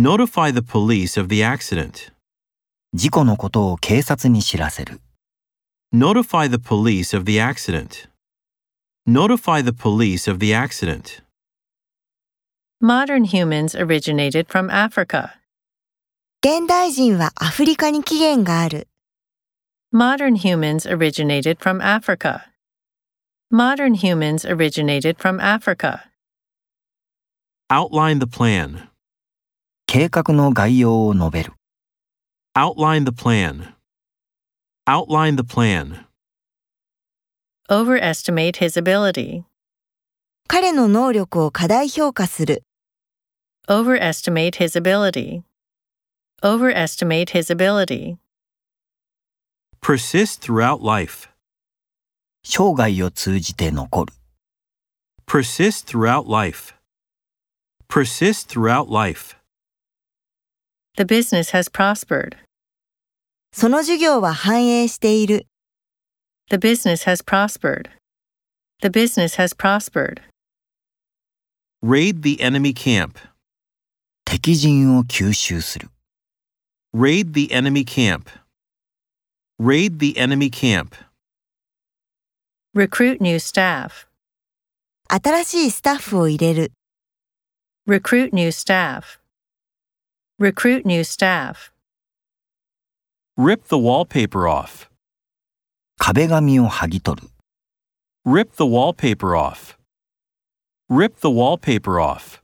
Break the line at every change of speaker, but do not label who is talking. Notify the police of the accident.
事故のことを警察に知らせる。
Notify the police of the accident. Notify the police of the accident.
Modern humans originated from Africa.
現代人はアフリカに起源がある。
Modern humans originated from Africa. Modern humans originated from Africa.
Outline the plan.
計画の概要を述べる。
Outline the plan. Outline the plan.
Overestimate his ability.
彼の能力を過大評価する。
Overestimate his ability. Overestimate his ability.
Persist throughout life.
生涯を通じて残る。
Persist throughout life. Persist throughout life.
The business has prospered.
その授業は反映している。
The business has prospered. The business has prospered.
Raid the enemy camp.
敵陣を吸収する。
Raid the enemy camp. Raid the enemy camp.
Recruit new staff.
新しいスタッフを入れる。
Recruit new staff. Recruit new staff.
Rip the wallpaper off.
壁紙を剥ぎ取る。
Rip the wallpaper off. Rip the wallpaper off.